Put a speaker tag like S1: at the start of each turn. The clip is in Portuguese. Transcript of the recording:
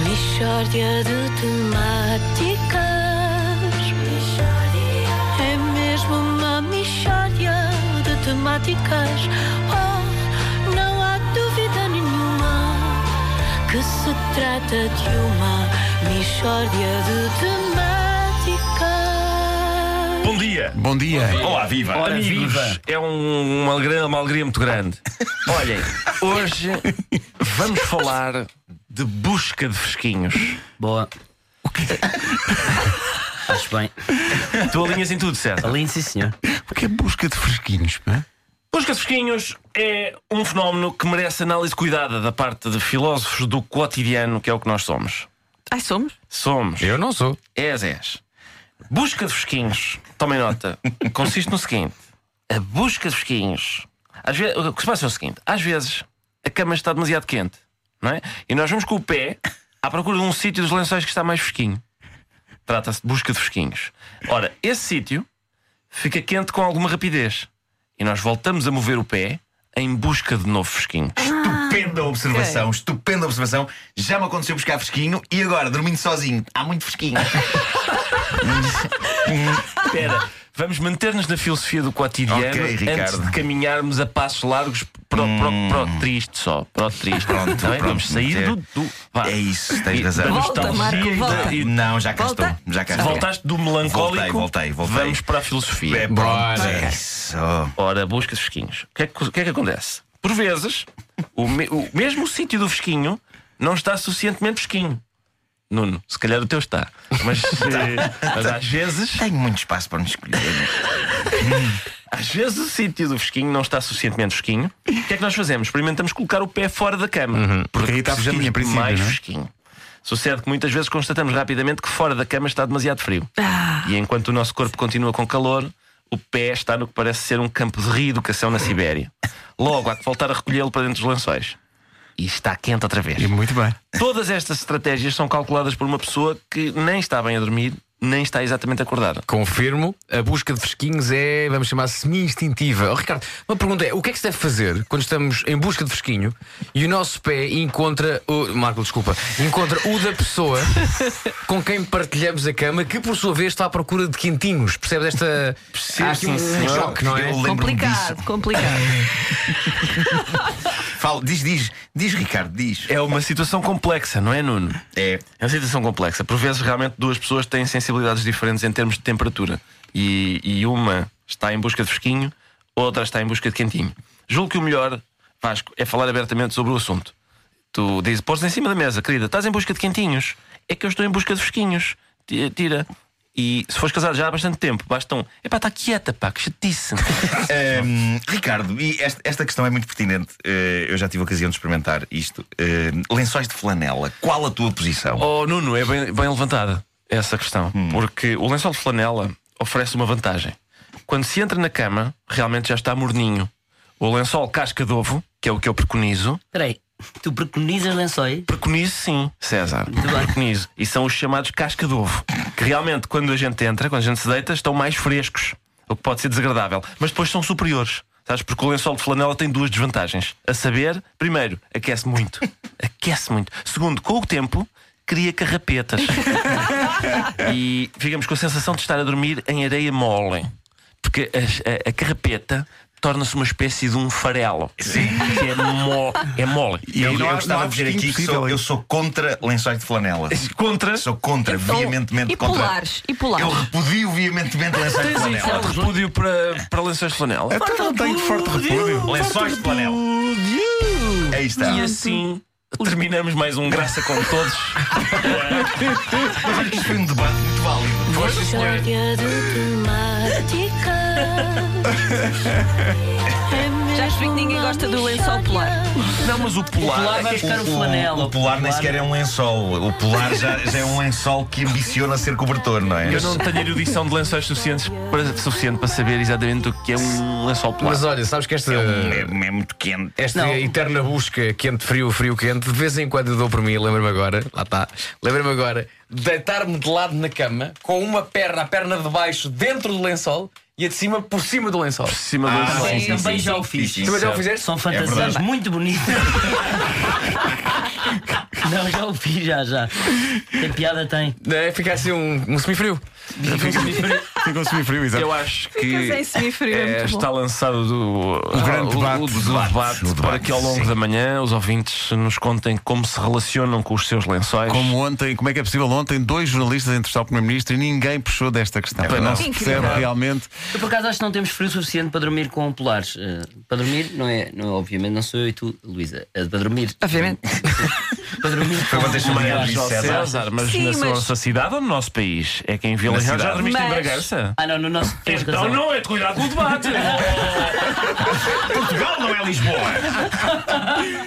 S1: Mistória de temáticas. É mesmo uma mistória de temáticas. Oh, não há dúvida nenhuma que se trata de uma mistória de temáticas.
S2: Bom dia!
S3: Bom dia.
S2: Olá, viva!
S4: Ora,
S2: Amigos,
S4: viva.
S2: é um- uma, alegria, uma alegria muito grande. Olhem, hoje vamos falar de busca de fresquinhos.
S4: Boa. Acho bem.
S2: Tu alinhas em tudo, certo?
S4: Aline, sim, senhor.
S3: O que é busca de fresquinhos, pá?
S5: é?
S2: Busca de fresquinhos é um fenómeno que merece análise cuidada da parte de filósofos do cotidiano, que é o que nós somos.
S6: Ai, somos?
S2: Somos.
S3: Eu não sou.
S2: És, és. É Busca de fresquinhos, tomem nota, consiste no seguinte: a busca de fresquinhos. Às vezes, o que se passa é o seguinte: às vezes a cama está demasiado quente, não é? E nós vamos com o pé à procura de um sítio dos lençóis que está mais fresquinho. Trata-se de busca de fresquinhos. Ora, esse sítio fica quente com alguma rapidez e nós voltamos a mover o pé em busca de novo fresquinho.
S5: Ah, Estupenda observação, estupenda observação. Já me aconteceu buscar fresquinho e agora, dormindo sozinho, há muito fresquinho.
S2: Espera, vamos manter-nos na filosofia do cotidiano
S5: Ok,
S2: antes
S5: Ricardo. Hum.
S2: de caminharmos a passos largos para o pro, pro triste só. Para o triste.
S5: Pronto,
S2: Tá bem?
S5: pronto.
S2: Vamos sair do. do vá.
S5: é isso,
S2: E
S5: tens
S2: da
S5: razão.
S6: Volta,
S2: nostalgia
S6: Marco,
S2: e da-
S6: volta.
S2: e-
S5: Não, já cá
S6: Volta.
S5: estou. Já cá estou.
S2: voltaste do melancólico.
S5: Voltei, voltei, voltei.
S2: Vamos para a filosofia.
S5: É pronto,
S6: Ok.
S5: é isso. Oh,
S2: Ora, busca fresquinhos. O que é que, o que é que acontece? Por vezes, o, me- o mesmo o sítio do fresquinho não está suficientemente fresquinho. Nuno, se calhar o teu está. Mas, eh, mas às vezes.
S5: Tenho muito espaço para me escolher.
S2: Às vezes o sítio do fresquinho não está suficientemente fresquinho. O que é que nós fazemos? Experimentamos colocar o pé fora da cama.
S3: Porque aí está
S2: precisamos
S3: fresquinho, Uhum. a
S2: de
S3: princípio,
S2: mais
S3: não é?
S2: fresquinho. Sucede que muitas vezes constatamos rapidamente que fora da cama está demasiado frio. E enquanto o nosso corpo continua com calor, o pé está no que parece ser um campo de reeducação na Sibéria. Logo, há que voltar a recolhê-lo para dentro dos lençóis. E está quente outra vez.
S3: E muito bem.
S2: Todas estas estratégias são calculadas por uma pessoa que nem está bem a dormir, nem está exatamente acordada.
S7: Confirmo, a busca de fresquinhos é, vamos chamar, semi-instintiva. Oh, Ricardo, uma pergunta é: o que é que se deve fazer quando estamos em busca de fresquinho e o nosso pé encontra o. Marco, desculpa. Encontra o da pessoa com quem partilhamos a cama, que por sua vez está à procura de quentinhos. Percebes esta. Há aqui um
S2: sim, senhor.
S7: choque, não é?
S5: Ah, Eu lembro-me disso.
S6: Complicado, complicado.
S5: Fala, diz, diz, diz, Ricardo, diz.
S2: É uma situação complexa, não é, Nuno?
S5: É.
S2: É uma situação complexa. Por vezes, realmente, duas pessoas têm sensibilidades diferentes em termos de temperatura. E, e uma está em busca de fresquinho, outra está em busca de quentinho. Julgo que o melhor, Vasco, é falar abertamente sobre o assunto. Tu dizes, pôs em cima da mesa, querida, estás em busca de quentinhos? É que eu estou em busca de fresquinhos. Ti- Tira. E se fores casado já há bastante tempo, bastam. Epá, está quieta, pá, que chatice.
S5: Hum, Ricardo, e esta, esta questão é muito pertinente. Eh, eu já tive a ocasião de experimentar isto. Eh, lençóis de flanela, qual a tua posição?
S2: Oh, Nuno, é bem, bem levantada essa questão. Porque o lençol de flanela oferece uma vantagem. Quando se entra na cama, realmente já está morninho. O lençol casca de ovo, que é o que eu preconizo,
S4: Espera aí. Tu preconizas lençóis?
S2: preconizo sim, César.
S4: bem.
S2: Preconizo. E são os chamados casca de ovo, que realmente, quando a gente entra, quando a gente se deita, estão mais frescos, o que pode ser desagradável. Mas depois são superiores. Sabes? Porque o lençol de flanela tem duas desvantagens. A saber, primeiro, aquece muito. Aquece muito. Segundo, com o tempo, cria carrapetas. e ficamos com a sensação de estar a dormir em areia mole. Porque as- a, a carrapeta torna-se uma espécie de um farelo. Sim. Que é, mo- é mole.
S5: E eu,
S3: não há-
S5: eu
S3: não
S5: gostava
S3: há
S5: de dizer aqui
S3: fresquinho
S5: que
S3: possível,
S5: sou,
S3: hein?
S5: eu sou contra lençóis de flanela.
S2: Contra.
S5: Sou contra, veementemente
S6: E
S5: contra. É
S6: polares, e
S5: Eu
S6: polares.
S5: repudio veementemente lençóis de
S2: Tens aí é,
S5: flanela.
S2: então, forte repúdio para, para lençóis de flanela.
S3: Até Então não tenho forte repúdio.
S5: Então, tá, Lençóis de flanela. Aí está.
S2: E assim terminamos mais um Graça com Todos.
S5: Isto foi um debate muito válido.
S1: Mistória de temáticas. É
S6: Já percebi que ninguém
S1: mesmo
S6: gosta do
S1: uma
S6: lençol polar.
S2: Não, mas o polar.
S4: Lá
S2: é
S4: vai
S2: que-
S4: buscar o flanela.
S5: O polar nem sequer é um lençol. O polar já, já é um lençol que ambiciona ser cobertor, não é?
S2: Eu não tenho erudição de lençóis suficientes para, suficiente para saber exatamente o que é um lençol polar.
S7: Mas olha, sabes que esta.
S5: É, é muito quente.
S7: Esta
S4: Não.
S7: eterna busca quente, frio, frio, quente, de vez em quando eu dou por mim, lembra-me agora, lá está, lembra-me agora, deitar-me de lado na cama com uma perna, a perna de baixo dentro do lençol e a de cima por cima do lençol.
S2: Por cima do lençol.
S4: Sim, também já o
S5: sim,
S4: fiz.
S5: sim,
S7: Também já o
S5: certo.
S7: fizeste?
S4: São fantasias
S5: verdade.
S4: muito bonitas. Não, já o fiz, já, já. Tem piada, tem.
S7: É, fica assim um, um semifrio.
S3: Ficou semifrio, exato.
S2: Eu acho
S6: Ficas em
S2: que
S6: semifrio, é
S2: eh,
S6: muito bom.
S2: está lançado do,
S3: O grande debate.
S2: o, o
S5: debate.
S2: debate para
S5: O debate,
S2: que ao longo
S5: sim.
S2: da manhã os ouvintes nos contem como se relacionam com os seus lençóis.
S3: Como ontem, como é que é possível ontem dois jornalistas entrevistar o Primeiro-Ministro e ninguém puxou desta questão?
S2: É verdade.
S3: não se
S6: Incrível.
S3: percebe realmente.
S4: Eu por acaso acho que não temos frio suficiente para dormir com polares. Eh, para dormir, não é, não é, obviamente, não sou eu e tu, Luísa. É para dormir.
S6: Obviamente.
S4: Para dormir
S5: Foi
S4: com
S5: vocês que
S4: polares.
S5: me
S2: Mas,
S5: Luís
S2: ó
S5: César.
S2: César, mas
S6: Sim,
S2: na
S6: mas-
S2: nossa cidade ou no nosso país? É que em Vila
S5: Na
S2: Real já
S5: cidade.
S2: dormiste em
S6: Mas-
S2: Bragança?
S4: Ah, não, no nosso. tens
S2: Então
S4: razão.
S2: não, é de cuidado com o debate.
S5: Portugal não é Lisboa!